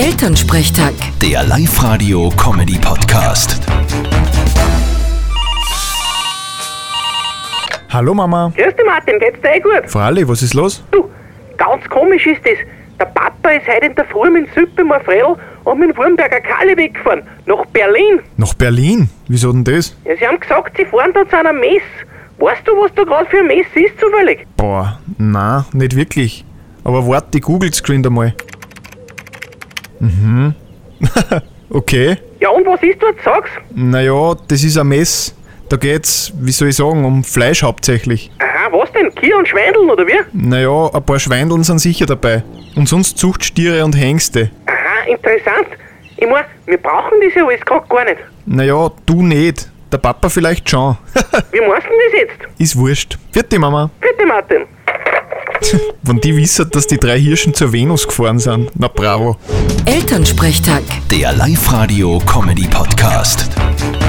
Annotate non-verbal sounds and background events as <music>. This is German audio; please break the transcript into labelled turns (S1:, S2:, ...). S1: Elternsprechtag.
S2: Der Live-Radio-Comedy-Podcast.
S3: Hallo Mama.
S4: Grüß dich, Martin, geht's dir eh gut?
S3: Fralli, was ist los?
S4: Du, ganz komisch ist das. Der Papa ist heute in der Früh mit dem Süppemer Fredel und mit dem Wurmberger Kalle weggefahren, nach Berlin.
S3: Nach Berlin? Wieso denn das?
S4: Ja, sie haben gesagt, sie fahren da zu einer Messe. Weißt du, was da gerade für eine Messe ist zufällig?
S3: Boah, na, nicht wirklich. Aber warte, ich google's geschwind einmal. Mhm. <laughs> okay.
S4: Ja, und was ist dort, sag's?
S3: Naja, das ist ein Mess. Da geht's, wie soll ich sagen, um Fleisch hauptsächlich.
S4: Aha, was denn? Kier und Schweindeln, oder wie?
S3: Naja, ein paar Schweindeln sind sicher dabei. Und sonst Zuchtstiere und Hengste.
S4: Aha, interessant. Ich mein, wir brauchen das ja alles gerade gar nicht.
S3: Naja, du nicht. Der Papa vielleicht schon. <laughs>
S4: Wie meinst du denn das jetzt?
S3: ist wurscht. Vierte Mama.
S4: Bitte, Martin.
S3: Wenn die wissen, dass die drei Hirschen zur Venus gefahren sind, na bravo.
S1: Elternsprechtag.
S2: Der Live-Radio-Comedy-Podcast.